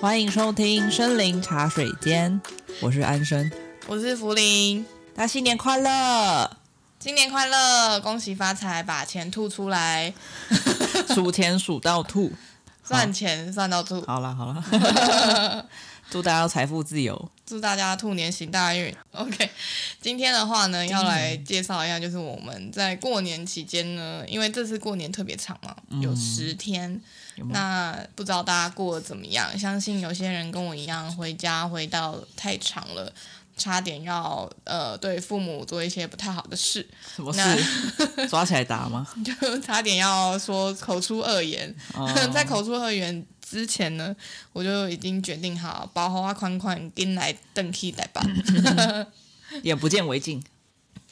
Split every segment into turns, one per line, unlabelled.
欢迎收听《森林茶水间》，我是安生，
我是福林，
大家新年快乐！
新年快乐，恭喜发财，把钱吐出来，
数钱数到吐，
赚钱赚到吐。
好了好了， 祝大家财富自由。
祝大家兔年行大运。OK，今天的话呢，要来介绍一下，就是我们在过年期间呢，因为这次过年特别长嘛，有十天。
嗯有没有
那不知道大家过得怎么样？相信有些人跟我一样，回家回到太长了，差点要呃对父母做一些不太好的事，
什么事？ 抓起来打吗？
就差点要说口出恶言。
哦
在口出恶言之前呢，我就已经决定好，包红花款款跟来邓 K 来吧。
嗯眼不见为净。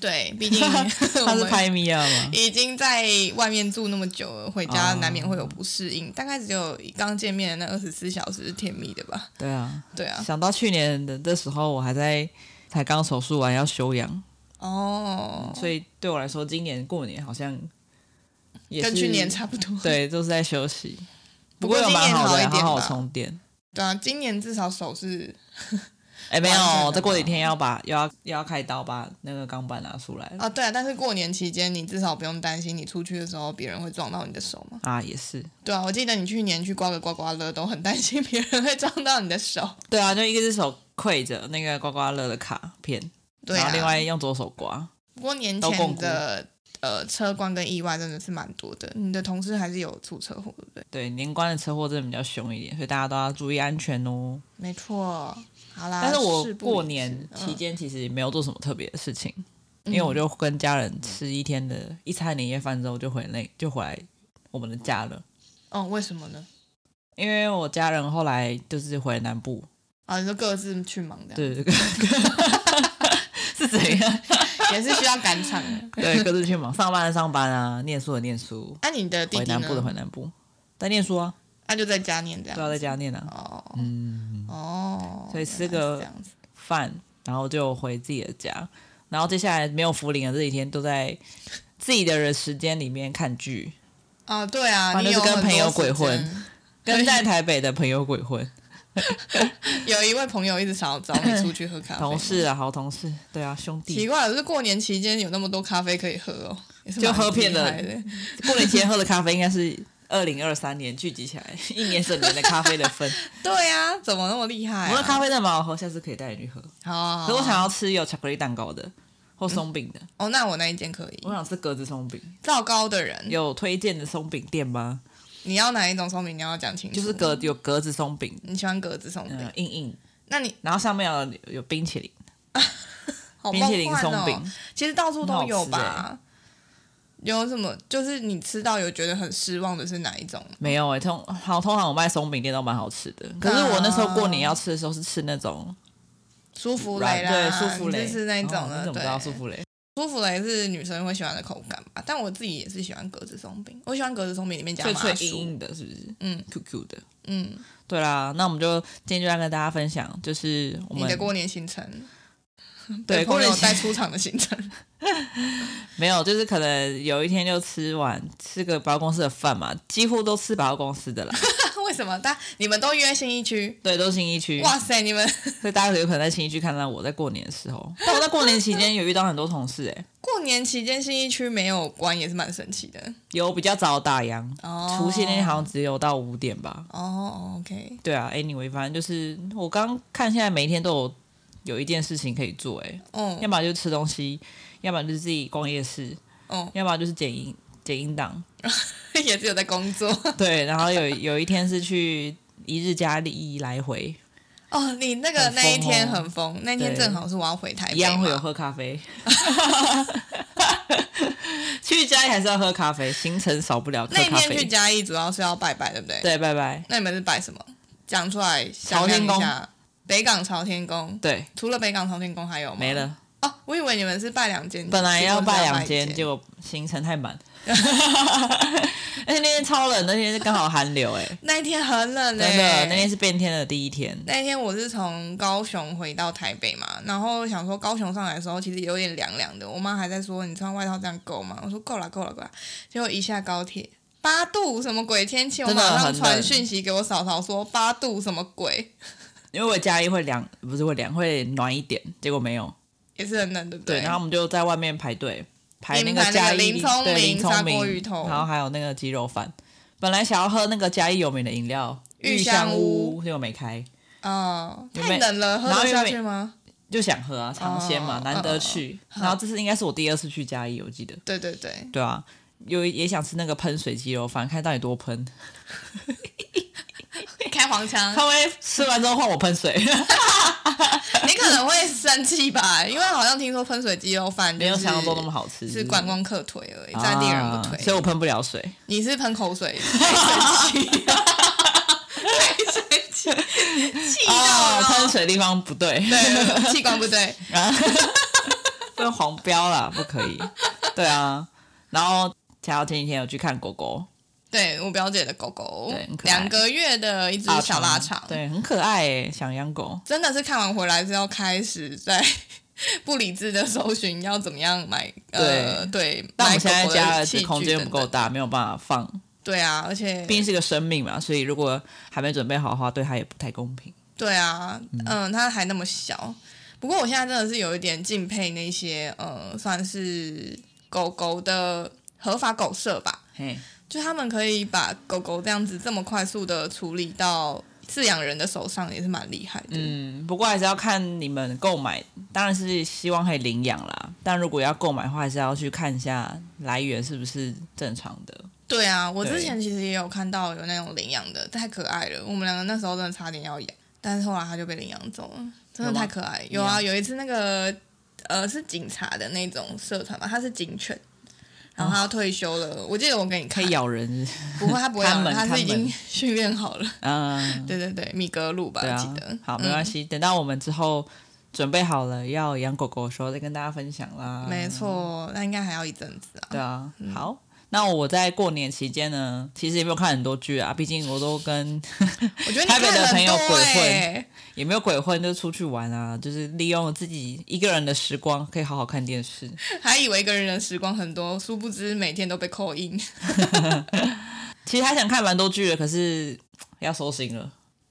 对，毕竟 我
他是
们
拍米娅吗？
已经在外面住那么久了，回家
哦
难免会有不适应。大概只有刚见面的那二十四小时是甜蜜的吧？
对啊，
对啊，
想到去年的这时候，我还在才刚手术完要休养，
哦，
所以对我来说，今年过年好像也是
跟去年差不多。
对，都是在休息。不
不
过
过
又蛮好的，
今年好一点
好好
吧
充电。
对啊，今年至少手是
哎，没
完整
有，
的
再过几
吧
天要把又要又要开刀把那个钢板拿出来了
啊，对啊，但是过年期间你至少不用担心你出去的时候别人会撞到你的手嘛。
啊，也是。
对啊，我记得你去年去刮个刮刮乐，都很担心别人会撞到你的手。
对啊，就一只手挎着那个刮刮乐的卡片，
对
然
啊，
后另外用左手刮。
不过年
都共
前
估
的呃车关跟意外真的是蛮多的，你的同事还是有出车祸，对不对？
对，年关的车祸真的比较凶一点，所以大家都要注意安全哦。
没错，好啦。
但是我
啊事不宜
过
迟
年期、
嗯
间其实也没有做什么特别的事情，因为我就跟家人吃一天的一餐年夜饭之后就回那就回来我们的家了，
哦，为什么呢？
因为我家人后来就是回南部，
啊，你说各自去忙这样，
对， 是怎样？
也是需要赶场的。
对，各自去忙，上班的上班啊，念书的念书，
那、你的弟
回
弟
南部的
呢？
回南部，在念书啊，
他、就在家念这样
都
子。
要在家念啊，
哦，嗯，哦，
所以是
原来
个
这样子。
饭，然后就回自己的家，然后接下来没有福林的这几天都在自己的人时间里面看剧，
啊，对啊，
反正
你
就
有
是跟
很多
朋友鬼
时间
混。跟在台北的朋友鬼 混，
有一位朋友一直想要找你出去喝 咖啡，
同事啊，好同事，对啊，兄
奇
弟，
怪了，就是过年期间有那么多咖啡可以喝哦，也是
就
蛮
喝遍
厉
了
害的。
过年前喝的咖啡应该是二零二三年聚集起来一年整年的咖啡的 分，
对啊，怎么那么厉害、啊？
我的咖啡真的蛮好喝，下次可以带你去喝。
好啊，好啊
可是我想要吃有巧克力蛋糕的或松饼的，
哦，那我那一间可以
我。想吃格子松饼，
赵高的人，
有推荐的松饼店吗？
你要哪一种松饼？你要讲清楚。
就是格有格子松饼，
你喜欢格子松饼？
嗯、硬硬
那你
然后上面有有冰淇淋，
好
冰
梦
淇淋
幻
松
哦
饼，
其实到处都有
很好欸
吧。有什么？就是你吃到有觉得很失望的是哪一种？
没有哎、通好通常我卖松饼店都蛮好吃的，可是我那时
啊
候过年要吃的时候是吃那种
舒芙
软
蕾啦，
对舒芙蕾，
就是那一种
哦
的。
你怎么
对
知道舒芙蕾？
舒芙蕾是女生会喜欢的口感吧，但我自己也是喜欢格子松饼。我喜欢格子松饼里面加
脆
麻
脆
薯，
硬硬的，是不是？
嗯
，Q Q 的。
嗯，
对啦，那我们就今天就来跟大家分享，就是我
你
们
的过年行程，
对
被朋
过年
友
行
带出场的行程，
没有，就是可能有一天就吃完吃个百货公司的饭嘛，几乎都吃百货公司的啦。
为什么？但你们都约新一区？
对，都是新一区，
哇塞，你们
所以大家有可能在新一区看到我在过年的时候。但我在过年期间有遇到很多同事、欸，哎，
过年期间新一区没有关也是蛮神奇的
有比较早打烊，
哦。
除夕那天好像只有到五点吧。
哦，OK，
对啊，anyway，反正就是我刚看现在每一天都有有一件事情可以做、欸，
哦
要么就吃东西，要么就是自己逛夜市，
哦，
要么就是剪音剪音档。
也只有在工作
对，然后有有一天是去一日嘉义来回，
哦。你那
很
个
疯
那一天
哦
很疯，那一天
对
正好是我要回台北
一样会有
嘛
喝咖啡。 去嘉义还是要喝咖啡，行程少不了喝
那一
咖
天去
啡。
嘉义主要是要拜拜，对不对？
对，拜拜。
那你们是拜什么？讲出来，
朝天宫
想象一下。北港朝天宫，
对，
除了北港朝天宫还有吗？
没。了。
哦，我以为你们是拜两间，
本来要拜两间，结
就
果行程太 满。而且那天超冷，那天是刚好寒流、哎，
那一天很冷欸
真
嘞、
的，那天是变天的第一天。
那一天我是从高雄回到台北嘛，然后想说高雄上来的时候其实有点凉凉的，我妈还在说你穿外套这样够吗？我说够了够了够了，结果一下高铁。八度什么鬼天气，我
真的
马
很
上
冷
传讯息给我嫂嫂说八度什么鬼，
因为我家里会凉，不是会凉，会暖一点，结果没有。
也是很冷，对不
对，然后我们就在外面排队排那
你们
个
排那
嘉
个
义
林聪
对
明
林
砂
聪
锅
明
鱼头
然后还有那个鸡肉饭。本来想要喝那个嘉义有名的饮料
玉香
香
屋，
结果没开，
嗯，
因
太
为
冷了，喝
然后
得
因
下
为
去吗？
就想喝啊，尝鲜嘛，
哦
难得去。
哦
然后这是应该是我第二次去嘉义，我记得。
对对对，
对啊，有也想吃那个喷水鸡肉饭，看到底多喷。
开黄腔，
他会吃完之后换我喷水，
你可能会生气吧，因为好像听说喷水鸡肉饭
没有
就是
想象中那么好吃，
是观光客推而已，
啊
在地人不
所以
推。
我喷不了水。
你是喷口水，太生气了，太生气，气到
哦，
了
喷水的地方不对，
对，器官不对，
啊，不用黄标啦，不可以。对啊，然后前好前几天有去看狗狗，
对我表姐的狗狗
对很，可爱
两个月的一只小腊肠，
啊对，很可爱诶、想养狗。
真的是看完回来之后开始在 不理智的搜寻要怎么样买，呃，对，
但我们
买狗
现在
狗
家
的
儿
器
子
具
空间不够
等等，
大，没有办法放，
对啊，而且
毕竟是个生命嘛，所以如果还没准备好的话，对它也不太公平。
对啊，嗯，它还那么小。不过我现在真的是有一点敬佩那些呃，算是狗狗的合法狗舍吧，
嘿，
就他们可以把狗狗这样子这么快速的处理到饲养人的手上，也是蛮厉害的。
嗯，不过还是要看你们购买，当然是希望可以领养啦。但如果要购买的话，还是要去看一下来源是不是正常的。
对啊，我之
对
前其实也有看到有那种领养的，太可爱了。我们两个那时候真的差点要养，但是后来它就被领养走了，真的
有吗
太可爱。有啊，有一次那个呃是警察的那种社团嘛，它是警犬，然后它要退休了。我记得我给你
可
看
以，咬人 是
不会，它不会
看
养了，
门
它是
看
已经
门
训练好了。
嗯，
对对对，米格鲁吧，
对啊
记得。嗯
好，没关
系、
系，等到我们之后准备好了要养狗狗的时候再跟大家分享啦。
没，错，那应该还要一阵子啊。
对啊，好。那我在过年期间呢，其实也没有看很多剧啊，毕竟我都跟
我觉得你
台
看
北的朋友
很多
鬼混
欸
也没有鬼混，就出去玩啊，就是利用自己一个人的时光，可以好好看电视。
还以为一个人的时光很多，殊不知每天都被扣印。
其实还想看蛮多剧的，可是要收心了，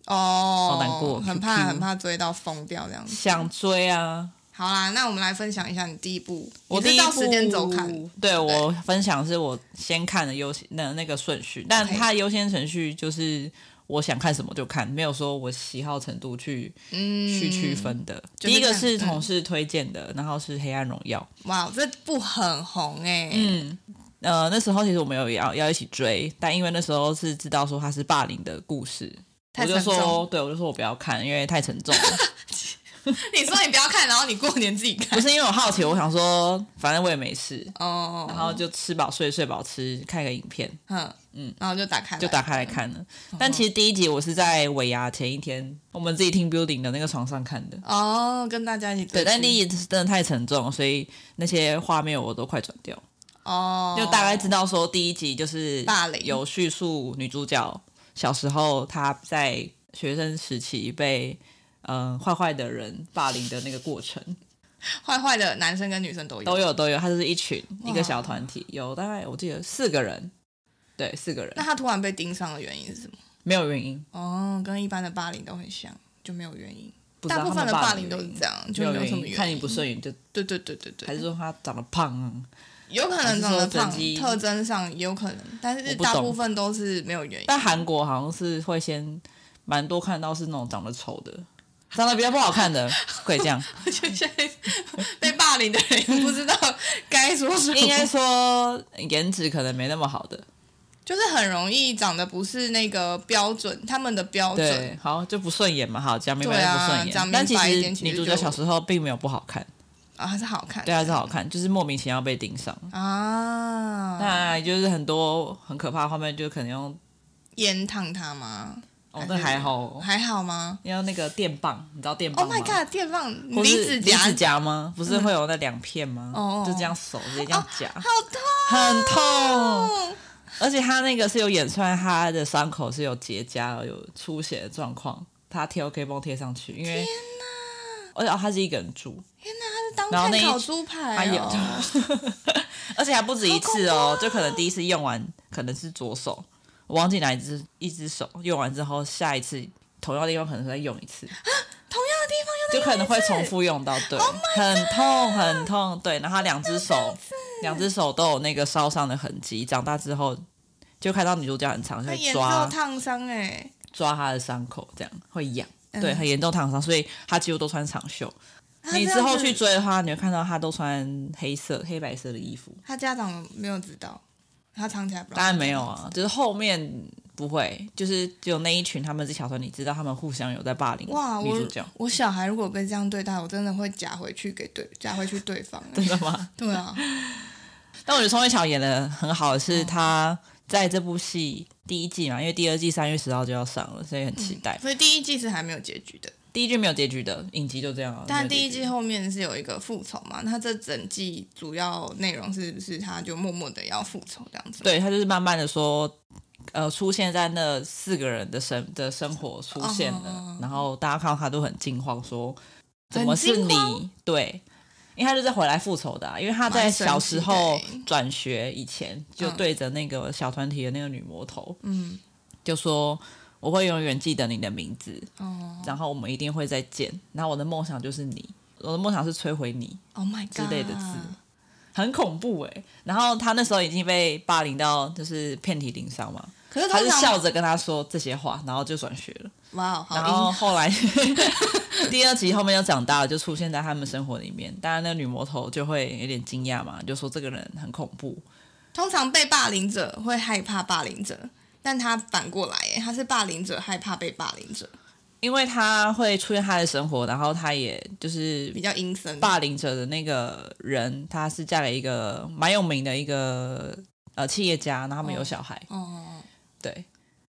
哦，
好难过
很怕
QQ
很怕追到疯掉这样子。
想追啊。
好啦，那我们来分享一下你第一部，
我
你
第
是
一
照
部
时间轴看，
对我分享是我先看的优先那那个顺序，但
OK
它的优先程序就是我想看什么就看，没有说我喜好程度去、
嗯，
去区。分的。
就是
第一个
看
是
嗯
同事推荐的，然后是《黑暗荣耀》。
哇，这部很红哎、
嗯，呃，那时候其实我们有要要一起追，但因为那时候是知道说它是霸凌的故事，
太
我就
沉重
说对，我就说我不要看，因为太沉重了。
你说你不要看，然后你过年自己看
不。是因为我好奇，我想说反正我也没事，
哦，
然后就吃饱睡，睡饱吃，看个影片。
嗯嗯，然后就打开来，
就打开来看了。
哦
但其实第一集我是在尾牙前一天，我们自己听 building 的那个床上看的。
哦，跟大家一起
对，但第
一
一集真的太沉重，所以那些画面我都快转掉。
哦，
就大概知道说第一集就是
霸凌
有叙述女主角小时候她在学生时期被嗯坏坏的人霸凌的那个过程，
坏坏的男生跟女生都有，
都有都有。她就是一群
哇
一个小团体，有大概我记得四个人，对，四个人
那他突然被盯上的原因是什么？
没有原因，
哦，跟一般的霸凌都很像，就没有原因。
不知
大
道
部
他
分
们
的
霸
霸
凌
凌
的
都是
原因
这样，就
没有
没有
原
什么原
因，
因。
看你不顺眼就
对对对对对，
还是说他长得胖、啊？
有可能长得胖
还是说整，肌
特征上有可能，但是
我不懂
大部分都是没有原因。
但韩国好像是会先蛮多看到是那种长得丑的，长得比较不好看的，可以这 样。
就现在 被霸凌的人不知道该说什么，
应该说颜值可能没那么好的，
就是很容易长得不是那个标准，他们的标哦准。
对，好就不顺眼嘛，好讲明白
对
就
啊
不顺眼。
讲明白
但其
一点
实
其实
女主角小时候并没有不好看，
啊，还是好看。
对，还是好看，就是莫名其妙被盯上。
啊，
那就是很多很可怕的画面，就可能用
烟烫他吗？
哦，那还好哦，
还好吗
要那个电棒，你知道电棒
？Oh
吗
my god！电棒
或是
离子夹，
离子夹吗？不是会有那两片吗？
哦哦哦
就这样手直接这样夹，
哦好
很痛。
痛！
而且他那个是有演出来，他的伤口是有结痂、有出血的状况，他贴 OK 绷贴上去，因为而且他是一个人住，
天哪，他是当
然后那哎
炭
一
烤猪排
有
哦！
而且还不止一次
啊
哦，就可能第一次用完可能是左手，我忘记哪一只一只手用完之后，下一次同样的地方可能再用一次，
同样的地方又
就可能会重复用到，对，
Oh
很痛很痛，对，然后他两只手两只手都有那个烧伤的痕迹，长大之后就看到女主角很常
那
会
严
抓
重烫伤哎，
抓她的伤口，这样会痒，对，
嗯
很严重烫伤，所以哎她几乎都穿长袖。
他
你
这
之
样
后
子
去，追的话，你会看到她都穿黑色、黑白色的衣服。
他家长没有知道，他藏起来不知道
当然没有啊，就是后面不会，就是只有那一群他们是小团，你知道他们互相有在霸凌
哇，
女
我
主角，
我小孩如果被这样对待，我真的会夹回去给对夹回去对方。
真的吗？
对啊，
但我觉得宋慧乔演的很好，的是她在这部戏第一季嘛，因为第二季三月十号就要上了，所以很期待。
所以第一季是还没有结局的，
第一季没有结局的，影集就这样啊。
但
没有
第一
结局
季后面是有一个复仇嘛，他这整季主要内容是不是他就默默的要复仇这样子？，
对他就是慢慢的说，呃，出现在那四个人的生的生活出现了，
哦
然后大家看到他都很惊慌说，怎么
很
是
惊慌
你？对，因为他就是回来复仇的啊、因为他在
蛮神
小
奇
时
的
候
欸
转学以前就
嗯
对着那个小团体的那个女魔头、
嗯，
就说。我会永远记得你的名字，
哦
然后我们一定会再见。然后我的梦想就是你，我的梦想是摧毁你，
，Oh my god
之类的字，很恐怖哎、然后他那时候已经被霸凌到就是遍体鳞伤嘛，
可是
他
通
是
常
笑，着跟他说这些话，然后就转学了。
哇，
然后
好阴，
后来哦 第二集后面又长大了，就出现在他们生活里面。当然，那个女魔头就会有点惊讶嘛，就说这个人很恐怖。
通常被霸凌者会害怕霸凌者，但他反过来耶，他是霸凌者害怕被霸凌者，
因为他会出现他的生活，然后他也就是
比较阴森。
霸凌者的那个人，他是嫁给一个蛮有名的一个呃企业家，然后他们有小孩，
哦，
对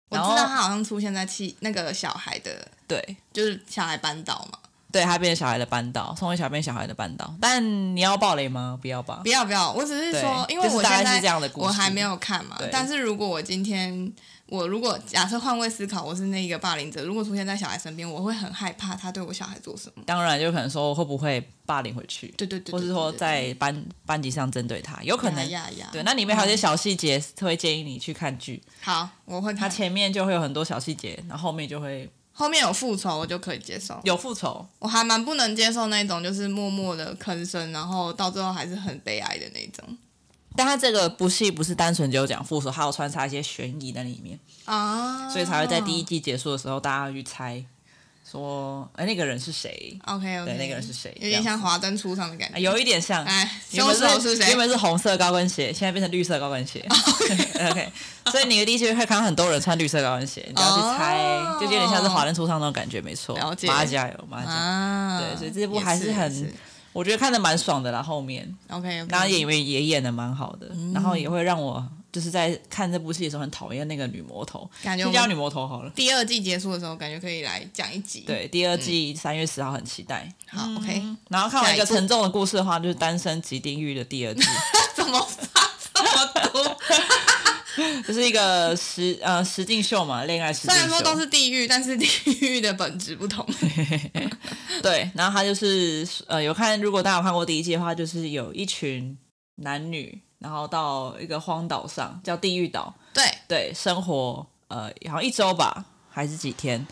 我
然
知
后
道他好像出现在七那个小孩的，
对
就是小孩扳倒嘛。
对，他变成小孩的扳倒，宋慧乔变小孩的扳倒。但你要暴雷吗？不要吧
不。要不要，我只是
对
说，因
就
为
是
我
大概
现
是
在
这样的故事
我还没有看嘛
对。
但是如果我今天我如果假设换位思考，我是那一个霸凌者，如果出现在小孩身边，我会很害怕他对我小孩做什么。
当然，就可能说会不会霸凌回去，
对对对对
或是说
对对对
在班班级上针对他，有可能。
呀呀呀，
对，那里面还有一些
嗯
小细节，会建议你去看剧。
好，我会
它
看。
前面就会有很多小细节，然后后面就会
后面有复仇，我就可以接受。
有复仇。
我还蛮不能接受那种就是默默的吭声，然后到最后还是很悲哀的那种
但它这个不戏不是单纯只有讲复仇，还有穿插一些悬疑在里面，
啊。
所以才会在第一季结束的时候，大家要去猜说，哎、那个人是谁？
OK OK，
对那个人是谁
有点像华灯初上的感
啊
觉。
有一点像，
哎，
原
凶
本
手是谁？哦
原本是红色高跟鞋，现在变成绿色高跟鞋。OK，所 以你的第一季会看到很多人穿绿色高跟鞋，你就要去猜，
哦
就有点像是华人出场那种感觉，没错。
了解
马上加油，马上加油。
啊，
对所以这部还是
也
很
也是
我觉得看的蛮爽的啦，后面
OK，
然后演员也演的蛮好的，
嗯
然后也会让我就是在看这部戏的时候很讨厌那个女魔头，
感觉
就
我
叫女
们
魔头好了。
第二季结束的时候，感觉可以来讲一集。，
对，第二季三月十号很期待。嗯
好，OK，
然后看完一个
下一部
沉重的故事的话，就是《单身即地狱》的 第二季。
怎么发怎么读？
就是一个实呃实境秀嘛，恋爱实境
虽
秀。
然说都是地狱，但是地狱的本质不同。
对，然后他就是呃有看，如果大家有看过第一季的话，就是有一群男女，然后到一个荒岛上叫地狱岛，
对，
对，生活呃好像一周吧，还是几天。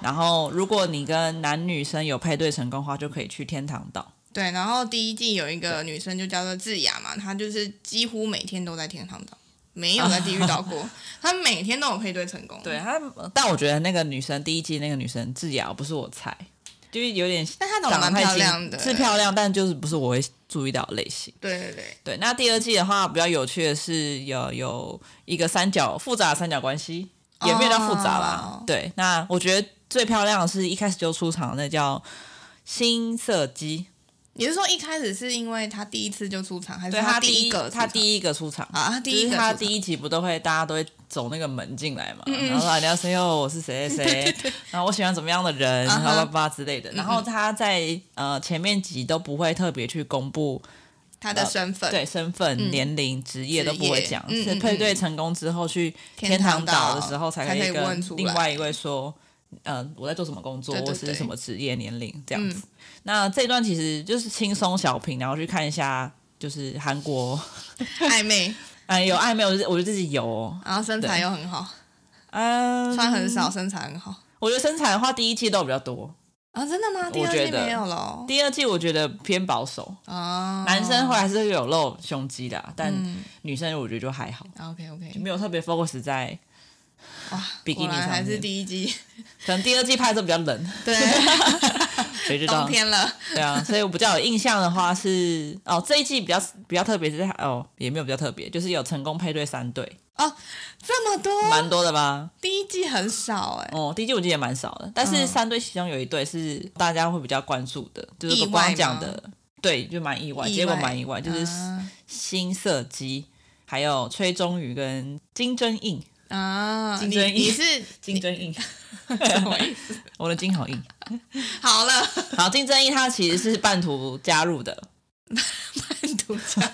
然后如果你跟男女生有配对成功的话，就可以去天堂岛。
对，然后第一季有一个女生就叫做智雅嘛，她就是几乎每天都在天堂岛，没有在地狱 岛过，她每天都有配对成功。
对，他，但我觉得那个女生第一季那个女生智雅不是我菜，就是有点
但她长得
长得
蛮
太
漂
精
亮的，
是漂亮，但就是不是我会注意到的类型。
对对对，
对，那第二季的话比较有趣的是有有一个三角复杂的三角关系，也没有到复杂啦。
哦
对，那我觉得最漂亮的是一开始就出场的那叫新色鸡，
也就是说一开始是因为她第一次就出场，还是
对他
她第
一
个出场？
他第一个出场。
啊，她第一
就
个
是他
出场嗯
第一集不都会，大家都会走那个门进来嘛，然后说你要谁哟，我是谁 谁谁，然后我喜欢怎么样的人，
啊
然
哈嗯
后叭叭之类的。然后他在呃前面集都不会特别去公布
她的身份，
呃对身份、年龄、职业都不会讲，
嗯职业嗯
是
嗯
配对
嗯
成功之后去天
天
堂
堂
岛
岛
的时候才
才
可
可
以
以
跟
问出
另
来
外一位说，呃，我在做什么工作，
对对
我是
对嗯
什么职业、年龄这样子。那这段其实就是轻松小品，然后去看一下就是韩国，
暧昧，
哎，有暧昧，我就我就自己有、哦，
然后身材又很好，
嗯，
穿很少，身材很好
我觉得身材的话，第一季都比较多，
啊？真的吗？第二
觉
季
得
没有了
第二季我觉得偏保守，
啊？
男生会还是有露胸肌的啊，但
嗯啊
女生我觉得就还好，
，OK OK，
没有特别 focus 在，
哇，
比基尼
果然还
上
是
面
第一季，
可能第二季拍的比较冷，
对，
谁知
冬
道？
天了，
对啊，所以我比较有印象的话是，哦，这一季比较比较特别是在哦，也没有比较特别，就是有成功配对三对，
这么多，
蛮多的吧？
第一季很少哎，
哦，第一季我记得也蛮少的，但是
嗯
三对其中有一对是大家会比较关注的，就是
意
我
外
刚刚讲
吗
的，对，就蛮意外，
意
结果
外
蛮意外，就是
啊
新色姬，还有崔中宇跟金真映，
啊，
金
你
针
你
衣
是
金真映，
什么意思？
我的金好硬。
好了，
好，金真映他其实是半途加入的，
慢读 家，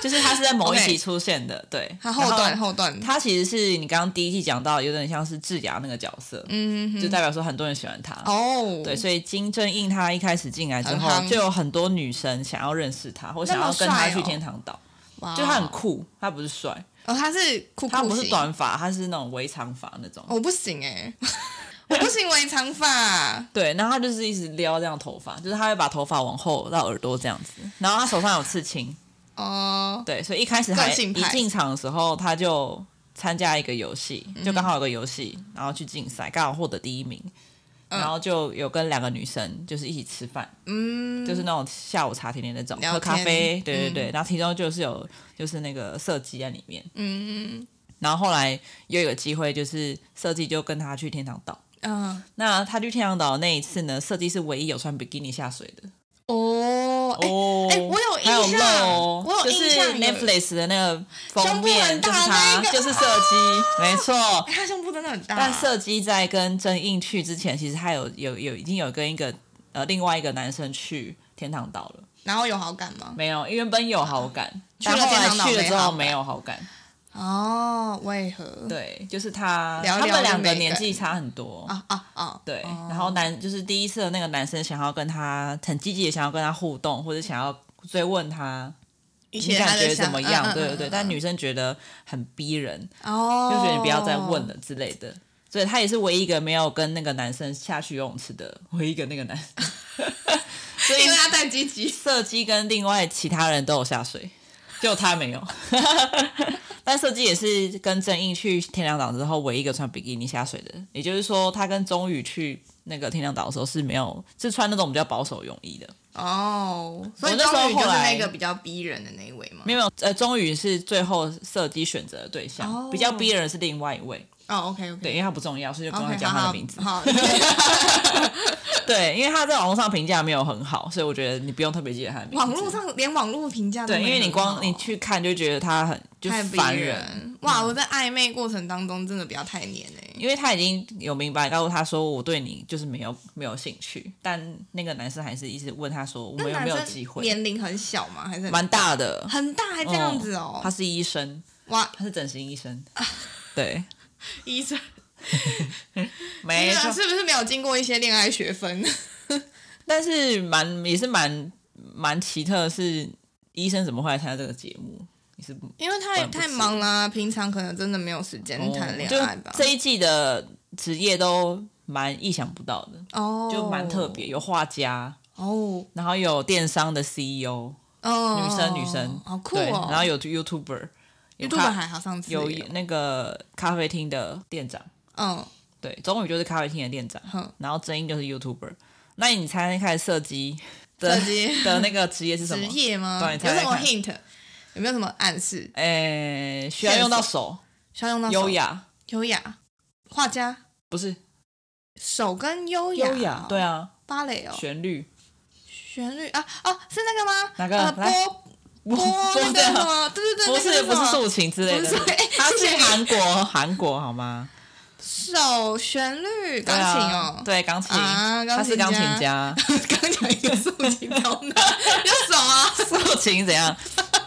就是他是在某一
OK
集出现的，对，
他后段
然后
后段，
他其实是你刚刚第一季讲到，有点像是智雅那个角色，
嗯哼
就代表说很多人喜欢他。
哦，
对，所以金正映他一开始进来之后
很，夯
就有很多女生想要认识他，或想要
哦
跟他去天堂岛。
哇
就他很酷，他不是帅，
哦，他是酷酷
他不是
型
短发，他是那种微长发那种。
我不行哎、 我不行围长发，
对，然后他就是一直撩这样头发，就是他会把头发往后到耳朵这样子，然后他手上有刺青，
哦、
对，所以一开始他
个
一
性派
进场的时候，他就参加一个游戏，就刚好有个游戏，然后去竞赛，刚好获得第一名，
嗯
然后就有跟两个女生就是一起吃饭，
嗯，
就是那种下午茶甜点那种，
聊
喝咖
天
啡，对对对，然后其中就是有就是那个设计在里面，
嗯
然后后来又有机会，就是设计就跟他去天堂岛。
嗯，
那他去天堂岛的那一次呢，设计是唯一有穿比基尼下水的
哦， 哎、
哦
哎我有印
还有
象
露哦
我有
就
印象
是
有
Netflix 的那个封
胸
面
部
就是
很大
他，
那个
就是设 计，没错。
哎他胸部真的很大，
但射击在跟真映去之前，其实他有有有已经有跟一个呃另外一个男生去天堂岛了，
然后有好感吗？
没有，因为原本有好感，
去了
但后来
天堂岛
去了
没
之
好
后
感
没有好感。
哦，为何？
对，就是他
聊
他
聊
们
就
两个
没
年
梗
纪差很多
啊啊啊，
对，
哦
然后男就是第一次的那个男生想要跟他很积极的想要跟他互动，或者想要追问他
一
你
些他
感
的
觉
想
怎么样，
嗯嗯嗯
对对对。
嗯
但女生觉得很逼人，
哦，
就觉得你不要再问，了之类的。所以他也是唯一一个没有跟那个男生下去游泳池的唯一一个那个男生。 所以
因为他太积极，
射击跟另外其他人都有下水，就他没有。 但射击也是跟正义去天亮岛之后唯一一个穿比基尼下水的，也就是说，他跟钟宇去那个天亮岛的时候是没有是穿那种比较保守泳衣的，
哦，所以
我那时
终
候
于就是
后来
那个比较逼人的那一位嘛
没，有没有呃，钟宇是最后射击选择的对象，
哦
比较逼人的是另外一位，
哦，OK
对，因
OK，
为他不重要，所以就不用
OK，
讲他的名字。
好，好
对，因为他在网络上评价没有很好，所以我觉得你不用特别记得他的名字。
网络上连网络评价都
对，因
没
为你
很
光
好
你去看就觉得他很就
太逼
烦嗯
人哇！我在暧昧过程当中真的不要太黏哎、
因为他已经有明白告诉他说我对你就是没有没有兴趣，但那个男生还是一直问他说我
那
们有
男
没有
生
机会，
年龄很小吗？还是很
蛮大的，嗯
很大还这样子哦？
他是医生，
哇，
他是整形医 生，对，
医生，
没
天啊
错，
是不是没有经过一些恋爱学分？
但是蛮也是蛮蛮奇特的是，医生怎么会来参加这个节目？也是不
因为
不
太
然不
太忙啦、平常可能真的没有时间谈恋爱吧
就。哦这一季的职业都蛮意想不到的，
哦，
就蛮特别，有画家，
哦，
然后有电商的 CEO。
哦，
女生女生，
好酷
对
哦。
然后有 YouTuber，有
YouTube
咖
还好，上次
有
也
那个咖啡厅的店长，
嗯
对，钟宇就是咖啡厅的店长，
哼，
然后真英就是 YouTuber。那你猜一开始射击的
设 计
的那个职业是什
职
么？
业吗？
对
有
你猜猜
什么
看
hint？有没有什么暗示？
诶，需要
线
用到
索
手，
需要用到手
优雅
优雅画家。
不是
手跟优雅，
优雅，对啊，
芭蕾哦，
旋律
旋律啊，哦，是那个吗？
哪个
呃
来
波
不
波那
不
个
对
什
啊，
么？对对对，
不是
那
不是
个什么
竖琴之类
不是
的，
哎
他
谢
是
谢你
韩国韩国好吗？
手旋
对
律钢
啊
琴哦，
对钢琴，
啊钢
他是
琴
钢琴
家
家，
刚讲一个竖琴到哪？有手啊，
竖琴怎样？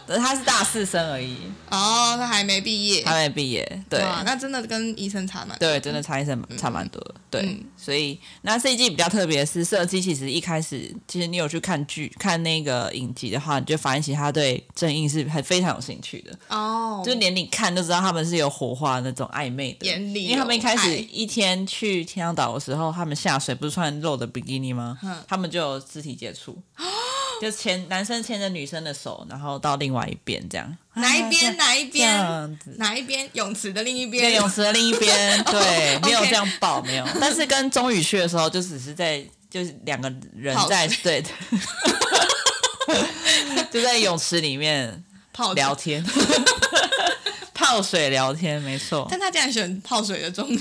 他是大四生而已，
哦，他还没毕业，
他没毕业。对，
哇那真的跟医生差蛮多。
对，真的差异是差蛮多的。对，
嗯
所以那这一季比较特别的是设计，其实一开始其实你有去看剧、看那个影集的话，你就发现其实他对正义是很非常有兴趣的，
哦，
就连你看都知道他们是有火花那种暧昧的
眼里有
因为他们一开始
爱
一天去天堂岛的时候，他们下水不是穿露的比基尼吗？
嗯
他们就有肢体接触，就牵男生牵着女生的手，然后到另外一边这样，
哪一边？
啊
哪一
这
边？
样子。
哪一边？泳池的另一
在
边。
泳池的另一 边，对，没有
哦 OK
这样抱，没有。但是跟钟宇去的时候，就只是在就是两个人
泡
在对， 就在泳池里面
泡
聊
水，
天， 泡水聊天，没错。
但他竟然选泡水的中女。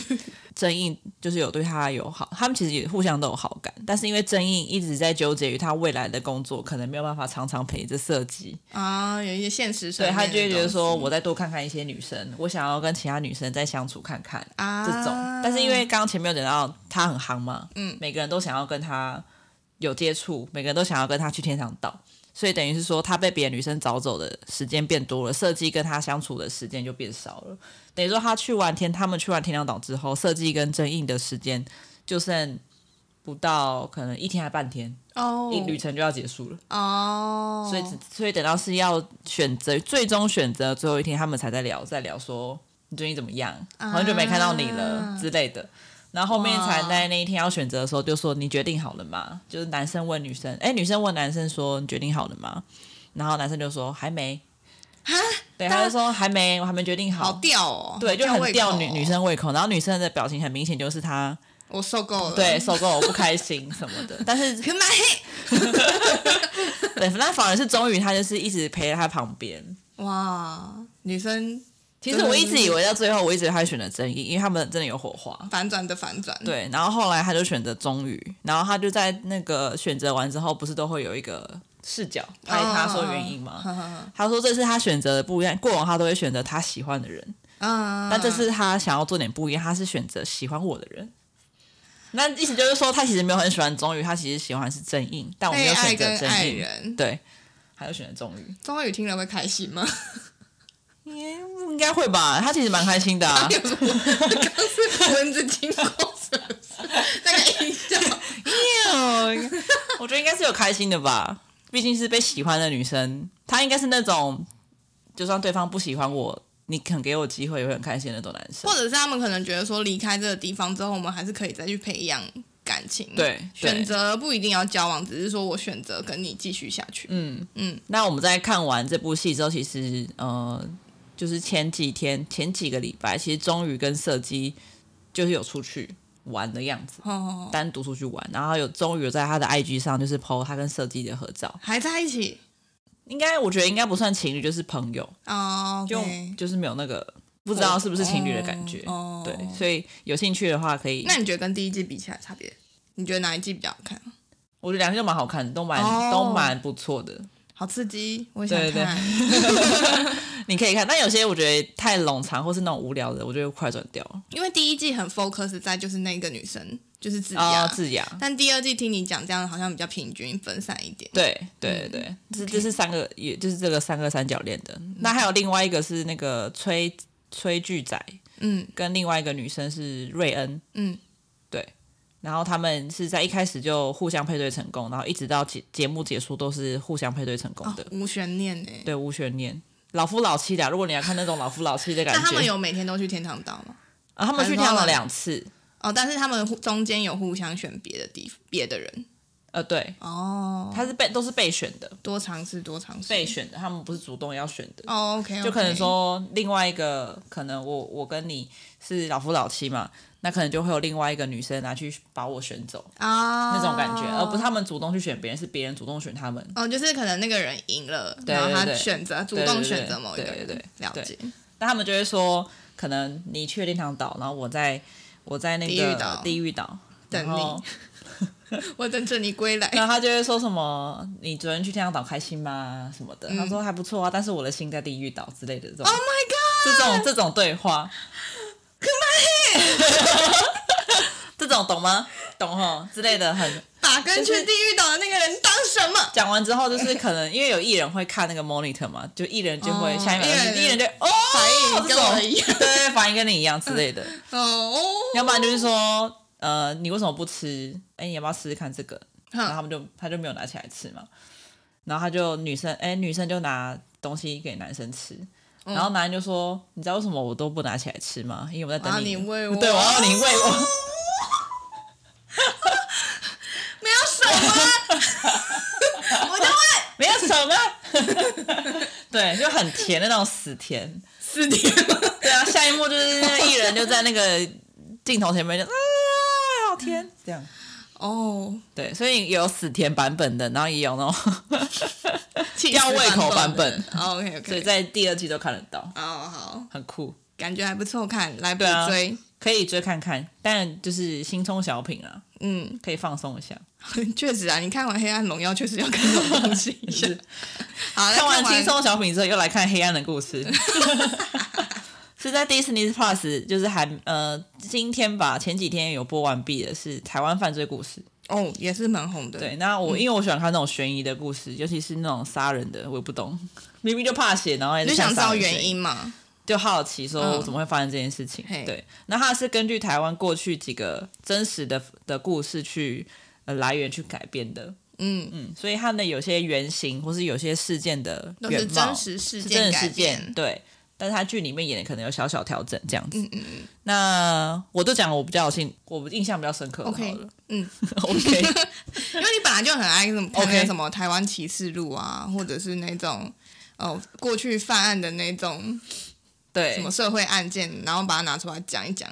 正义就是有对他有好，他们其实也互相都有好感，但是因为正义一直在纠结于他未来的工作，可能没有办法常常陪着设计，
啊，有一些现实，
对他就会觉得说，我再多看看一些女生，我想要跟其他女生再相处看看。
啊
这种。但是因为刚刚前面有讲到他很夯嘛，
嗯
每个人都想要跟他有接触，每个人都想要跟他去天堂岛，所以等于是说他被别的女生找走的时间变多了，设计跟他相处的时间就变少了。等于说他去完天，他们去完天堂岛之后，设计跟真印的时间就剩不到可能一天还半天，
哦
一旅程就要结束了。
哦，
所以只所以等到是要选择最终选择最后一天，他们才在聊，在聊说你最近怎么样，
啊
好久没看到你了之类的。然后后面才
哇
在那一天要选择的时候，就说你决定好了吗？就是男生问女生，哎，女生问男生说你决定好了吗？然后男生就说还没，
哈，
对，
但
他就说还没，我还没决定
好
好。
吊哦，
对，就
胃
很
口
吊女女，生胃口，然后女生的表情很明显就是她
我受够了，
对，受够了不开心什么的，但是
可买
对，那反而是终于他就是一直陪在他旁边，
哇，女生
其实我一直以为到最后，我一直以为他选了正义，因为他们真的有火花。
反转的反转，，
对，然后后来他就选择忠于，然后他就在那个选择完之后，不是都会有一个视角拍
哦
他说原因吗？
嗯
他说这是他选择的不一样，过往他都会选择他喜欢的人，
嗯，
但这次他想要做点不一样，他是选择喜欢我的人。那意思就是说，他其实没有很喜欢忠于，他其实喜欢是正义，但我没
被
有
爱
选择
跟
正
爱
义。
人，
对，他就选择忠于，
终于听了会开心吗？
应该会吧？他其实蛮开心的啊
。有什么？刚是蚊子经过是不是，那个 音效，
我觉得应该是有开心的吧，毕竟是被喜欢的女生，她应该是那种就算对方不喜欢我，你肯给我机会也会很开心的那种男生
或。者是他们可能觉得说离开这个地方之后，我们还是可以再去培养感情，
对对
选择不一定要交往，只是说我选择跟你继续下去，
嗯
嗯，
那我们在看完这部戏之后，其实呃，就是前几天前几个礼拜，其实终于跟射击就是有出去玩的样子，
哦，
单独出去玩，然后有终于有在他的 IG 上就是 PO 他跟射击的合照，
还在一起，
应该我觉得应该不算情侣，就是朋友。
哦，
就
OK
就是没有那个不知道是不是情侣的感觉。
哦哦
对，所以有兴趣的话可以。
那你觉得跟第一季比起来差别？你觉得哪一季比较好看？
我觉得两个都蛮好看的，都蛮、
哦
都蛮不错的，
好刺激，我也想
对对
看。
你可以看。但有些我觉得太冗长或是那种无聊的，我就会快转掉。
因为第一季很 focus 在就是那个女生，就是子
啊、
雅。
哦，智雅。
但第二季听你讲这样，好像比较平均分散一点。
对
嗯
对对，这、这是三个，也就是这个三个三角恋的。
嗯
那还有另外一个是那个崔崔巨仔
嗯
跟另外一个女生是瑞恩，
嗯，
然后他们是在一开始就互相配对成功，然后一直到节节目结束都是互相配对成功
哦
的。，
无悬念欸呢。
对，无悬念，老夫老妻的啊。如果你要看那种老夫老妻的感
那
觉，
他们有每天都去天堂岛吗？
啊，他们去
还是他
跳
们
了两次。
哦，但是他们互中间有互相选别的地别的人
呃，对，
哦，
他是被都是被选的，
多尝试多尝试
被选的，他们不是主动要选的。
哦，OK，
就可能说另外一个，可能我我跟你是老夫老妻嘛，那可能就会有另外一个女生拿去把我选走
啊
那种感觉，而不是他们主动去选别人，是别人主动选他们。
哦，就是可能那个人赢了，
对
然后他
对对
选择主
对
动
对
选
对
择某一个
对
人，
对对
了
对
解。
那他们就会说，可能你去了天堂岛，然后我在我在那个
地狱岛
地狱岛
等
然后
你我等着你归来。
然后他就会说什么：“你昨天去天堂岛开心吗？”什么
嗯
的。他说还不错啊，但是我的心在地狱岛之类的这种
Oh my
这种这种对话。这种懂吗？懂吼之类的很，
god！打跟去地狱岛的那个人当什么？
讲完之后，就是可能因为有艺人会看那个 monitor 嘛，就艺人就会、
哦
下一秒就
艺人
是艺人就哦，
反应跟我一样
这种对对，反应跟你一样之类的。
哦，
要不然就是说，呃，你为什么不吃？哎，你要不要试试看这个？然后他
哼
们就他就没有拿起来吃嘛，然后他就女生哎、女生就拿东西给男生吃，
嗯
然后男人就说你知道为什么我都不拿起来吃吗？因为我在
我
等
要啊你喂我
对，我要你喂我，
没有啊什 么，我就问
没有什么， 对，就很甜的那种死甜。
四天了，
对啊，下一幕就是那个艺人就在那个镜头前面就啊，好甜这样。
哦，
对，所以有死甜版本的，然后也有那种
气
吊
死
胃口版本
的哦，OK
所以
OK，
在第二季都看得到，
哦好，
很酷。
感觉还不错看，来补
对啊
追，
可以追看看，但就是新冲小品啊，
嗯，
可以放松一下。
确实啊，你看完《黑暗荣耀》确实要看这种 东西一下。好，那
看完
完
轻松小品之后，又来看《黑暗的故事》， 是在 Disney Plus，就是还呃今天吧，前几天有播完毕的是台湾犯罪故事。
哦，也是蛮红的。
对，那我、因为我喜欢看那种悬疑的故事，尤其是那种杀人的，我也不懂，明明就怕血，然后还
你
是
就
像
想知
杀
道
人
原
一样
因，嗯嘛？
就好奇说
嗯
怎么会发生这件事情。
嘿
对，那它是根据台湾过去几个真实的的故事去、呃、来源去改编的。
嗯，
嗯，所以它的有些原型或是有些事件的
都
原
是
貌
真实
是
事
真
件
人
改
事
编
件，。对。但是它剧里面演的可能有小小调整这样子。
嗯嗯嗯
那我都讲我比较有兴，我印象比较深刻的好
，OK，
了。
嗯，
OK，
因为你本来就很爱什么看那
OK
个什么台湾启示录啊，或者是那种呃过去犯案的那种
对，嗯
什么社会案件，然后把它拿出来讲一讲。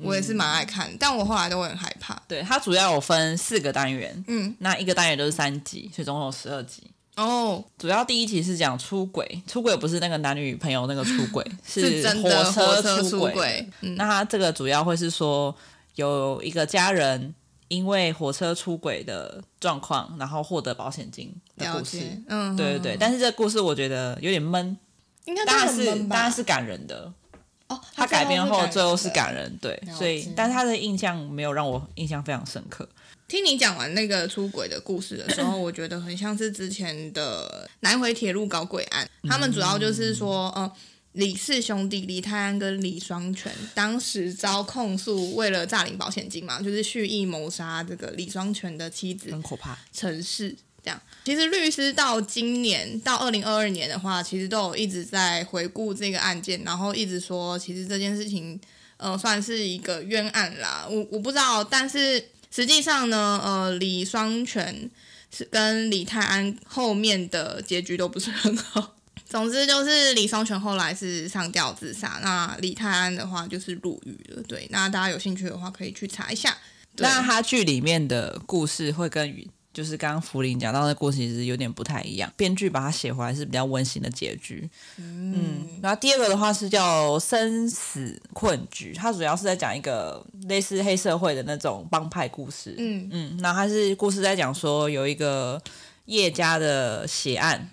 我也是蛮爱看，但我后来都会很害怕。
对，它主要有分四个单元，
嗯，
那一个单元都是三集，所以总共有十二集。
哦，
主要第一集是讲出轨，出轨不是那个男女朋友那个出 轨，
是真
火
的火
车
车出
轨。
轨，嗯，
那它这个主要会是说有一个家人因为火车出轨的状况，然后获得保险金的
了
故事。
解，嗯，
对对对，但是这个故事我觉得有点闷，
应该
当
都
然
很
是
闷吧
当然是感人的，
哦，
它改编后最后是
的。
感人，对，
了
所以
解
但是他的印象没有让我印象非常深刻。
听你讲完那个出轨的故事的时候，我觉得很像是之前的南回铁路搞鬼案，他们主要就是说，呃，李氏兄弟李泰安跟李双全当时遭控诉，为了诈领保险金嘛，就是蓄意谋杀这个李双全的妻子
很可怕，
城市这样。其实律师到今年到二零二二年的话，其实都有一直在回顾这个案件，然后一直说，其实这件事情呃算是一个冤案啦。我我不知道，但是实际上呢，呃，李双全是跟李泰安后面的结局都不是很好。 总之就是李双全后来是上吊自杀，那李泰安的话就是入狱了。对，那大家有兴趣的话可以去查一下。对嗯
那他剧里面的故事会跟就是刚刚福林讲到的故事其实有点不太一样，编剧把它写回来是比较温馨的结局。嗯，然后第二个的话是叫生死困局，它主要是在讲一个类似黑社会的那种帮派故事。
嗯，
嗯，那它是故事在讲说有一个叶家的血案，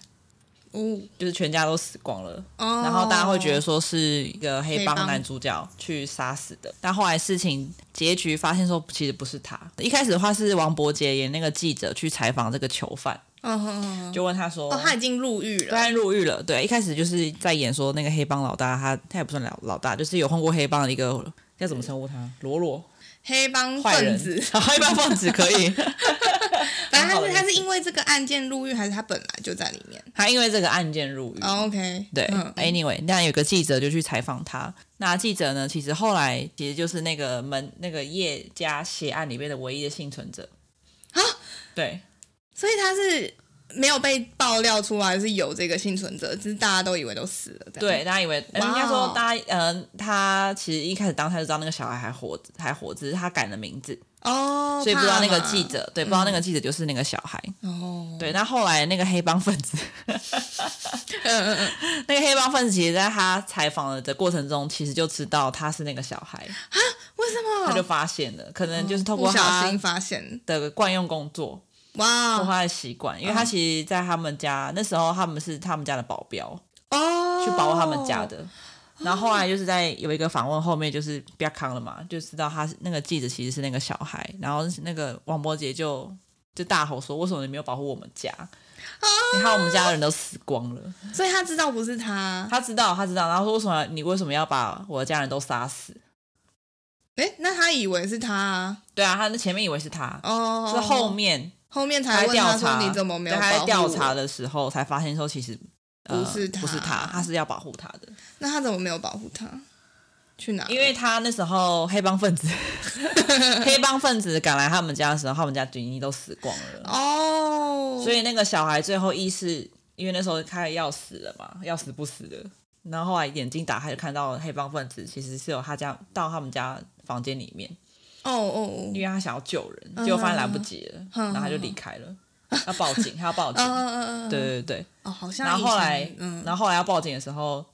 哦，
就是全家都死光了。
哦
然后大家会觉得说是一个黑帮
黑帮
男主角去杀死的，但后来事情结局发现说其实不是他。一开始的话是王伯杰演那个记者去采访这个囚犯，
嗯哼哼，
就问他说，
哦，他已经入狱
对啊
了。
他入狱了。对，一开始就是在演说那个黑帮老大，他他也不算老老大，就是有混过黑帮的一个。要怎么称呼他？罗罗
黑帮
坏
分
人
子，，
黑帮分子可 以。
反正
好的
他是他
意思
是因为这个案件入狱，还是他本来就在里面？
他因为这个案件入狱。
哦，OK，
对、哎
嗯
a n y w a y 那有个记者就去采访他。那记者呢，其实后来其实就是那个门那个叶家血案里面的唯一的幸存者
啊。
对，
所以他是没有被爆料出来是有这个幸存者，只是大家都以为都死了。这样
对，，大家以为呃
哇哦
应该说大家呃，他其实一开始当下就知道那个小孩还活着，还活着，只是他改了名字，
哦，
所以不知道那个
怕嘛嗯
记。者，对，不知道那个记者就是那个小孩。
哦，
对，那后来那个黑帮分子，
嗯嗯嗯，
那个黑帮分子其实在他采访的过程中，其实就知道他是那个小孩，
为什么？
他就发现了，可能就是透过
哦不小
他
心发现，
的惯用工作，
哇
破，坏习惯，因为他其实，在他们家、那时候，他们是他们家的保镖，
哦，
去保他们家。的。然后后来就是在有一个访问后面，就是不要康了嘛，就知道他是那个记者其实是那个小孩，然后那个王伯杰就就大吼说：“为什么你没有保护我们家？你害我们家的人都死光了。”
所以他知道不是他。
他知道，他知道，然后说为什么你为什么要把我的家人都杀死？
诶，那他以为是他啊
对啊，他那前面以为是他，
哦，
是后面
后面
他
才
在
问
调
他
查，
说你怎么没有
对他
保护
在
我
调查的时候才发现说其实、呃、
不是他
不是他，他是要保护他的，
那他怎么没有保护他？去哪了？
因为他那时候黑帮 分子，黑帮分子赶来他们家的时候，他们家军医都死光了，
哦，
所以那个小孩最后意识，因为那时候他要死了嘛，要死不死的。然后后来眼睛打开就看到黑帮分子其实是有他家到他们家房间里面，
哦哦
因为他想要救人，
嗯
结果发现来不及了，
嗯
然后他就离开了，要报警，他要报
哦，嗯
警，
嗯嗯，嗯，
对对对。
哦，好像
然后
以
后
前
来，
嗯，
然后后来要报警的时候，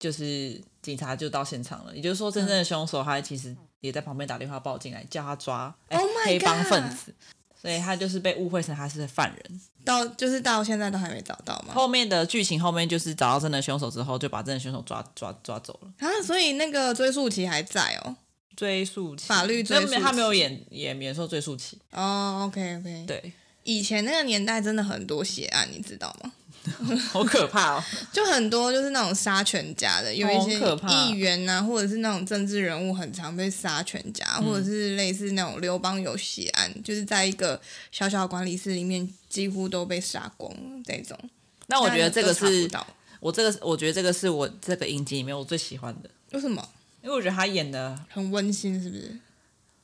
就是警察就到现场了，也就是说，真正的凶手他其实也在旁边打电话报警来叫他抓哎
Oh my
黑帮
God
分子。所以他就是被误会成他是犯人。
到就是到现在都还没找到嘛。
后面的剧情后面就是找到真的凶手之后，就把真的凶手抓抓抓走了。
啊，所以那个追溯期还在哦。
追溯期，
法律追
那
溯期
他没有演也免受追溯期。
哦，OK OK，，
对，
以前那个年代真的很多血案，你知道吗？
好可怕哦。
就很多就是那种杀全家的，有
哦
一些
很可怕
议员啊，或者是那种政治人物，很常被杀全家，
嗯
或者是类似那种刘邦有血案，就是在一个小小的管理室里面，几乎都被杀光了这种。
那哦 我觉得这个
大家
是
都查不到
我这个，我觉得这个是我这个影集里面我最喜欢的，
为什么
因为我觉得他演的，
很温馨，是不是？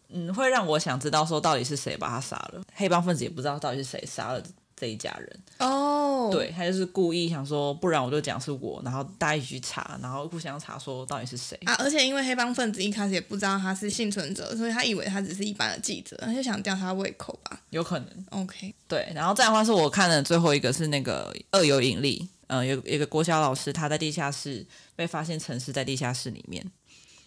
嗯，会让我想知道说到底是谁把他杀了，黑帮分子也不知道到底是谁杀了这一家人，
哦，
对，他就是故意想说，不然我就讲是我，然后大家一起去查，然后互相查说到底是谁，
啊，而且因为黑帮分子一开始也不知道他是幸存者，所以他以为他只是一般的记者，他就想吊他胃口吧。
有可能
OK，
对，然后再的话是我看的最后一个是那个恶有引力，嗯，有有一个国小老师他在地下室被发现沉尸在地下室里面，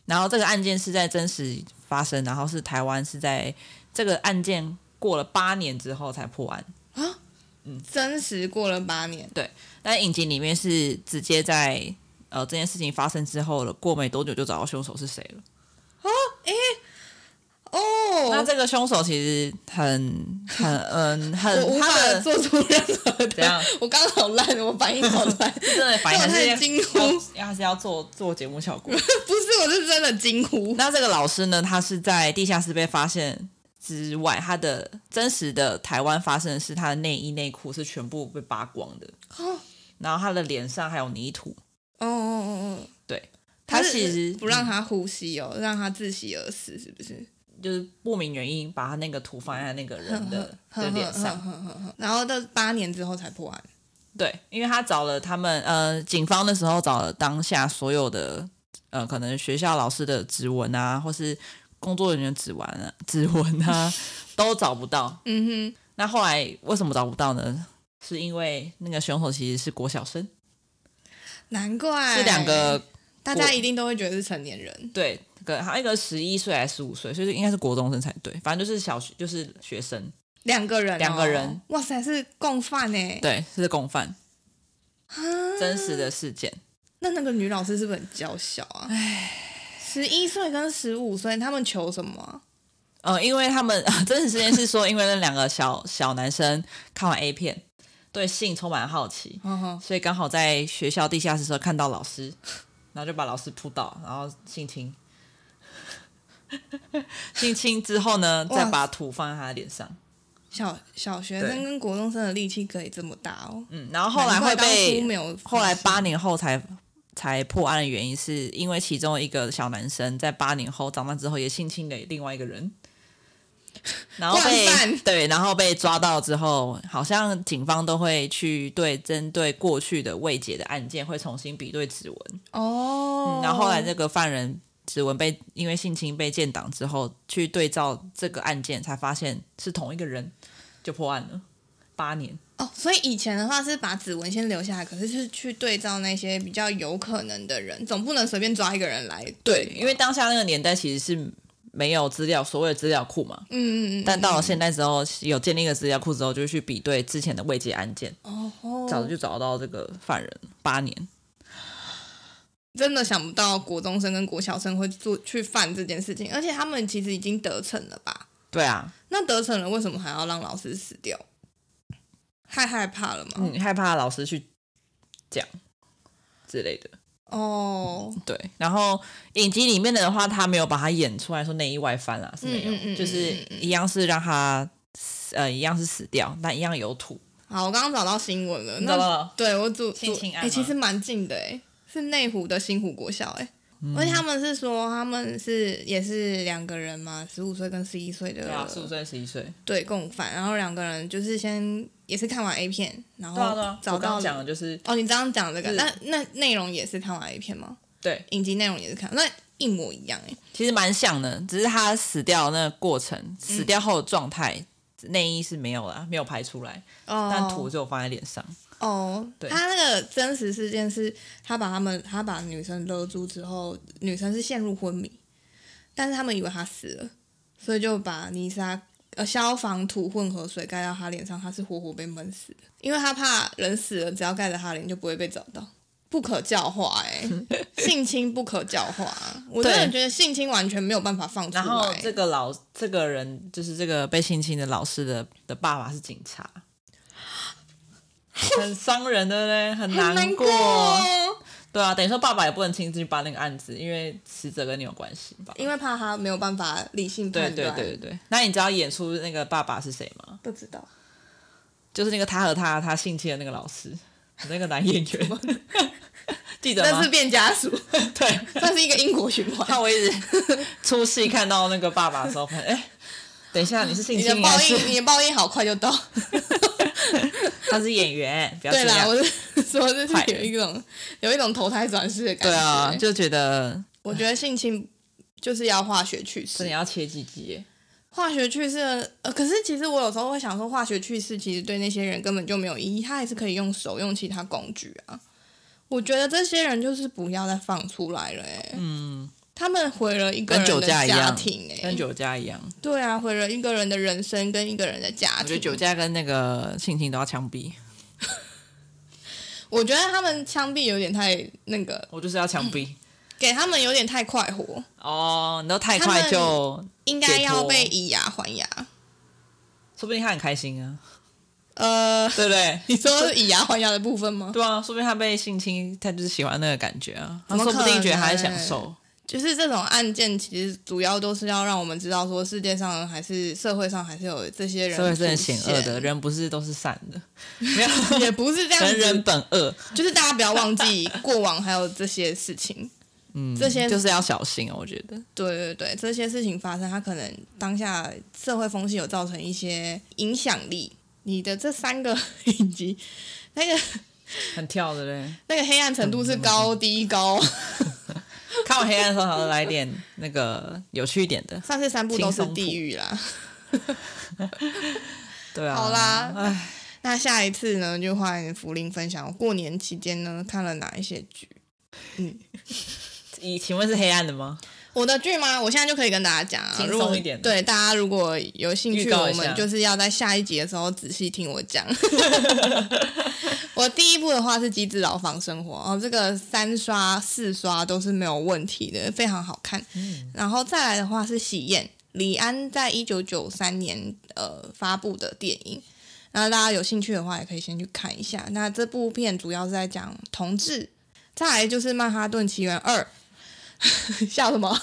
然后这个案件是在真实发生，然后是台湾是在这个案件过了八年之后才破案，
真实过了八年，
但影集里面是直接在呃这件事情发生之后了，过没多久就找到凶手是谁了。那
哦，
这个凶手其实很很嗯
我
很
无
他
法
的
做出任何
怎样
的，我刚刚好烂，我反应好烂，
真的反应
让
还是
我太
要
惊呼，
要还是要做做节目效果。
不是，我是真的惊呼。
那这个老师呢，他是在地下室被发现之外，他的真实的台湾发生的是他的内衣内裤是全部被扒光的，
哦
然后他的脸上还有泥土。
哦哦哦哦，
对他
是
其实
不让他呼吸哦，让他窒息而死，是不是？
嗯就是不明原因把他那个土放在那个人的的脸上，
哼哼哼哼然后到八年之后才破案。
对，因为他找了他们呃，警方的时候找了当下所有的呃，可能学校老师的指纹啊，或是工作人员指纹啊、指纹啊，都找不到。
嗯哼，
那后来为什么找不到呢？是因为那个凶手其实是国小生，
难怪
是两个
大
国
家一定都会觉得是成年人。
对，个还有一个十一岁还是十五岁，所以应该是国中生才对，反正就是小学就是学生，
两个人、哦，
两个人，
哇塞，是共犯呢。
对，是共犯，
啊，
真实的事件。
那那个女老师是不是很娇小啊？十一岁跟十五岁，他们求什么啊、
呃，因为他们、 真实事件是说，因为那两个小小男生看完 A 片，对性充满好奇，
哼哼
所以刚好在学校地下室的时候看到老师，然后就把老师扑倒，然后性侵。 性侵之后呢，
哇
再把土放在他的脸上，
小小学生
对
跟国中生的力气可以这么大哦。
嗯，然后后来
难怪
会
当
被
初没有，
后来八年后才才破案的原因，是因为其中一个小男生在八年后长大之后也性侵了另外一个人，然后
惯犯
被对，然后被抓到之后，好像警方都会去对针对过去的未解的案件会重新比对指纹，
哦、
嗯然后后来这个犯人指纹被因为性侵被建档之后，去对照这个案件才发现是同一个人，就破案了，八年。
哦，所以以前的话是把指纹先留下来，可是是去对照那些比较有可能的人，总不能随便抓一个人来
对，
吧
因为当下那个年代其实是没有资料，所谓的资料库嘛。
嗯嗯嗯，
但到了现代之后，有建立一个资料库之后，就去比对之前的未解案件，
哦吼
早就找到这个犯人八年。
真的想不到国中生跟国小生会做去犯这件事情，而且他们其实已经得逞了吧？
对啊，
那得逞了，为什么还要让老师死掉？太害怕了嘛？
嗯，害怕老师去讲之类的。
哦、
对，然后影集里面的话，他没有把它演出来说内衣外翻啦，是没有，
嗯嗯嗯嗯
就是一样是让他死呃一样是死掉，但一样有土。
好，我刚刚找到新闻了。
你
那
找到了
对我主
亲
主
亲
哎、
爱吗
其实蛮近的哎、是内湖的新湖国小哎、
嗯
而且他们是说他们是也是两个人嘛，十五岁跟十一岁的
对啊，十五岁、十一岁，
对共犯，然后两个人就是先也是看完 A 片，然
对啊对
后
啊，
找
我刚
到
刚讲
了
的就是
哦，你刚刚讲这个，
是
那那内容也是看完 A 片吗？
对，
影集内容也是看，那一模一样哎、
其实蛮像的，只是他死掉的那个过程，死
嗯
掉后的状态，内衣是没有啦，没有排出来，
哦，
但土就放在脸上。
哦，
对
他那个真实事件是，他把他们，他把女生勒住之后，女生是陷入昏迷，但是他们以为她死了，所以就把泥沙呃消防土混合水盖到她脸上，她是活活被闷死的，因为他怕人死了，只要盖着她脸就不会被找到。不可教 化哎、性侵不可教化啊，我真的
对
觉得性侵完全没有办法放出来。
然后这个老这个人就是这个被性侵的老师的的爸爸是警察， 很伤人，对不对？很
很难
过。
哦
对啊，等于说爸爸也不能亲自去办那个案子，因为死者跟你有关系吧？
因为怕他没有办法理性
对
判
对
断。
对对对。那你知道演出那个爸爸是谁吗？
不知道。
就是那个他和他他性侵的那个老师，那个男演员，记得
但
吗
是？变家属，
对。
算是一个因果循 环。
看我一 直出戏看到那个爸爸的时候，发现哎，等一下你是性
你的
侵还
报
是
应，你的报应好快就到。
他是演员？不要
对
这
啦，
样
我是说，这
快
是有一种有一种投胎转世的感觉。
对啊，就觉得
我觉得性侵就是要化学去
真的
世，
要切鸡鸡耶。
化学去世的。呃，可是其实我有时候会想说，化学去世其实对那些人根本就没有意义，他还是可以用手用其他工具啊。我觉得这些人就是不要再放出来了、欸，嗯，他们毁了一个
跟
人
酒
的
驾一
家
样
庭、欸，
跟酒驾一样，
对啊，毁了一个人的人生跟一个人的家
我觉得
庭。
酒驾跟那个性侵都要枪毙，
我觉得他们枪毙有点太那个，
我就是要枪毙。
嗯给他们有点太快活，
哦，你都太快就，
应该要被以牙还牙。
说不定他很开心啊，
呃，
对不对？
你说以牙还牙的部分吗？
对啊，说不定他被性侵，他就是喜欢那个感觉啊，他
怎么
说不定觉得他在
可能欸
享受。
就是这种案件，其实主要都是要让我们知道，说世界上还是社会上还是有这些人，
社会是很险恶的，，人不是都是善 的，没有
也不是这样
人人
子。
本恶，
就是大家不要忘记过往还有这些事情，
嗯，
这些
就是要小心哦，我觉得。
对对对，这些事情发生，它可能当下社会风气有造成一些影响力。你的这三个 影集，那个
很跳的嘞，
那个黑暗程度是高低高，
看完黑暗的时候，好像来点那个有趣一点的，
上次三部都是地狱啦。
对啊。
好啦，
唉，
那下一次呢，就换福林分享过年期间呢看了哪一些剧。
以请问是黑暗的吗？
我的剧吗？我现在就可以跟大家讲啊，
轻松
如果
一点的
对大家如果有兴趣，
预告
我
一下
们就是要在下一集的时候仔细听我 讲。我第一部的话是《机智牢房生活》，哦，这个三刷四刷都是没有问题的，非常好看。
嗯
然后再来的话是《喜宴》，李安在一九九三年呃发布的电影。那大家有兴趣的话，也可以先去看一下。那这部片主要是在讲同志，再来就是《曼哈顿奇缘二》， 笑什么？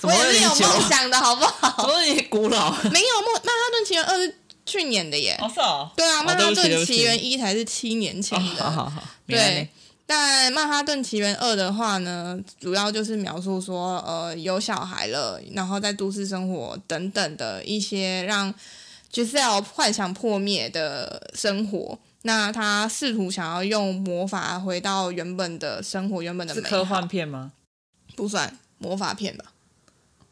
怎
我
么
也
会
是有
久？啊
梦想的好不 好？
所以古老。
没有梦，《曼哈顿奇缘二》是去年的耶。
好少。
对啊，《
哦
曼哈
对不
顿
起
奇缘一》才是七年前
哦
的。
好好好，明白
对，但《曼哈顿奇缘二》的话呢，主要就是描述说，呃，有小孩了，然后在都市生活等等的一些让 Giselle 幻想破灭的生活。那他试图想要用魔法回到原本的生活，原本的
是
美
科
好，
幻片吗？
不算魔法片吧？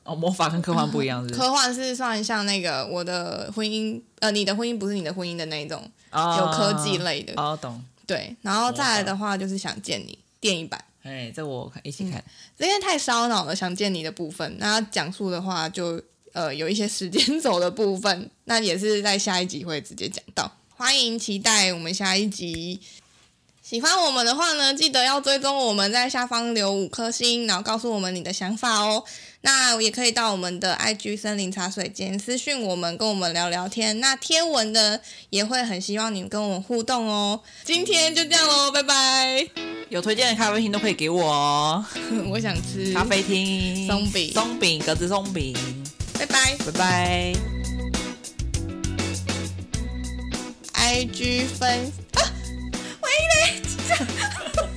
哦，魔法跟科幻不一样是不是？
科幻是算像那个我的婚姻，呃，你的婚姻不是你的婚姻的那一种，
哦
有科技类的，
哦，懂。
对。然后再来的话就是想见你电影版，
哎，这我一起看。
因为太烧脑了，想见你的部分，那讲述的话就呃有一些时间轴的部分，那也是在下一集会直接讲到。欢迎期待我们下一集。喜欢我们的话呢，记得要追踪我们，在下方留五颗星，然后告诉我们你的想法哦。那也可以到我们的 IG 森林茶水间私讯我们，跟我们聊聊天。那贴文的也会很希望你们跟我们互动哦。今天就这样喽，拜拜。
有推荐的咖啡厅都可以给我哦，
我想吃
咖，啡厅、
松饼
松饼、格子松饼，
拜拜。
拜拜。
IG 分啊，喂嘞。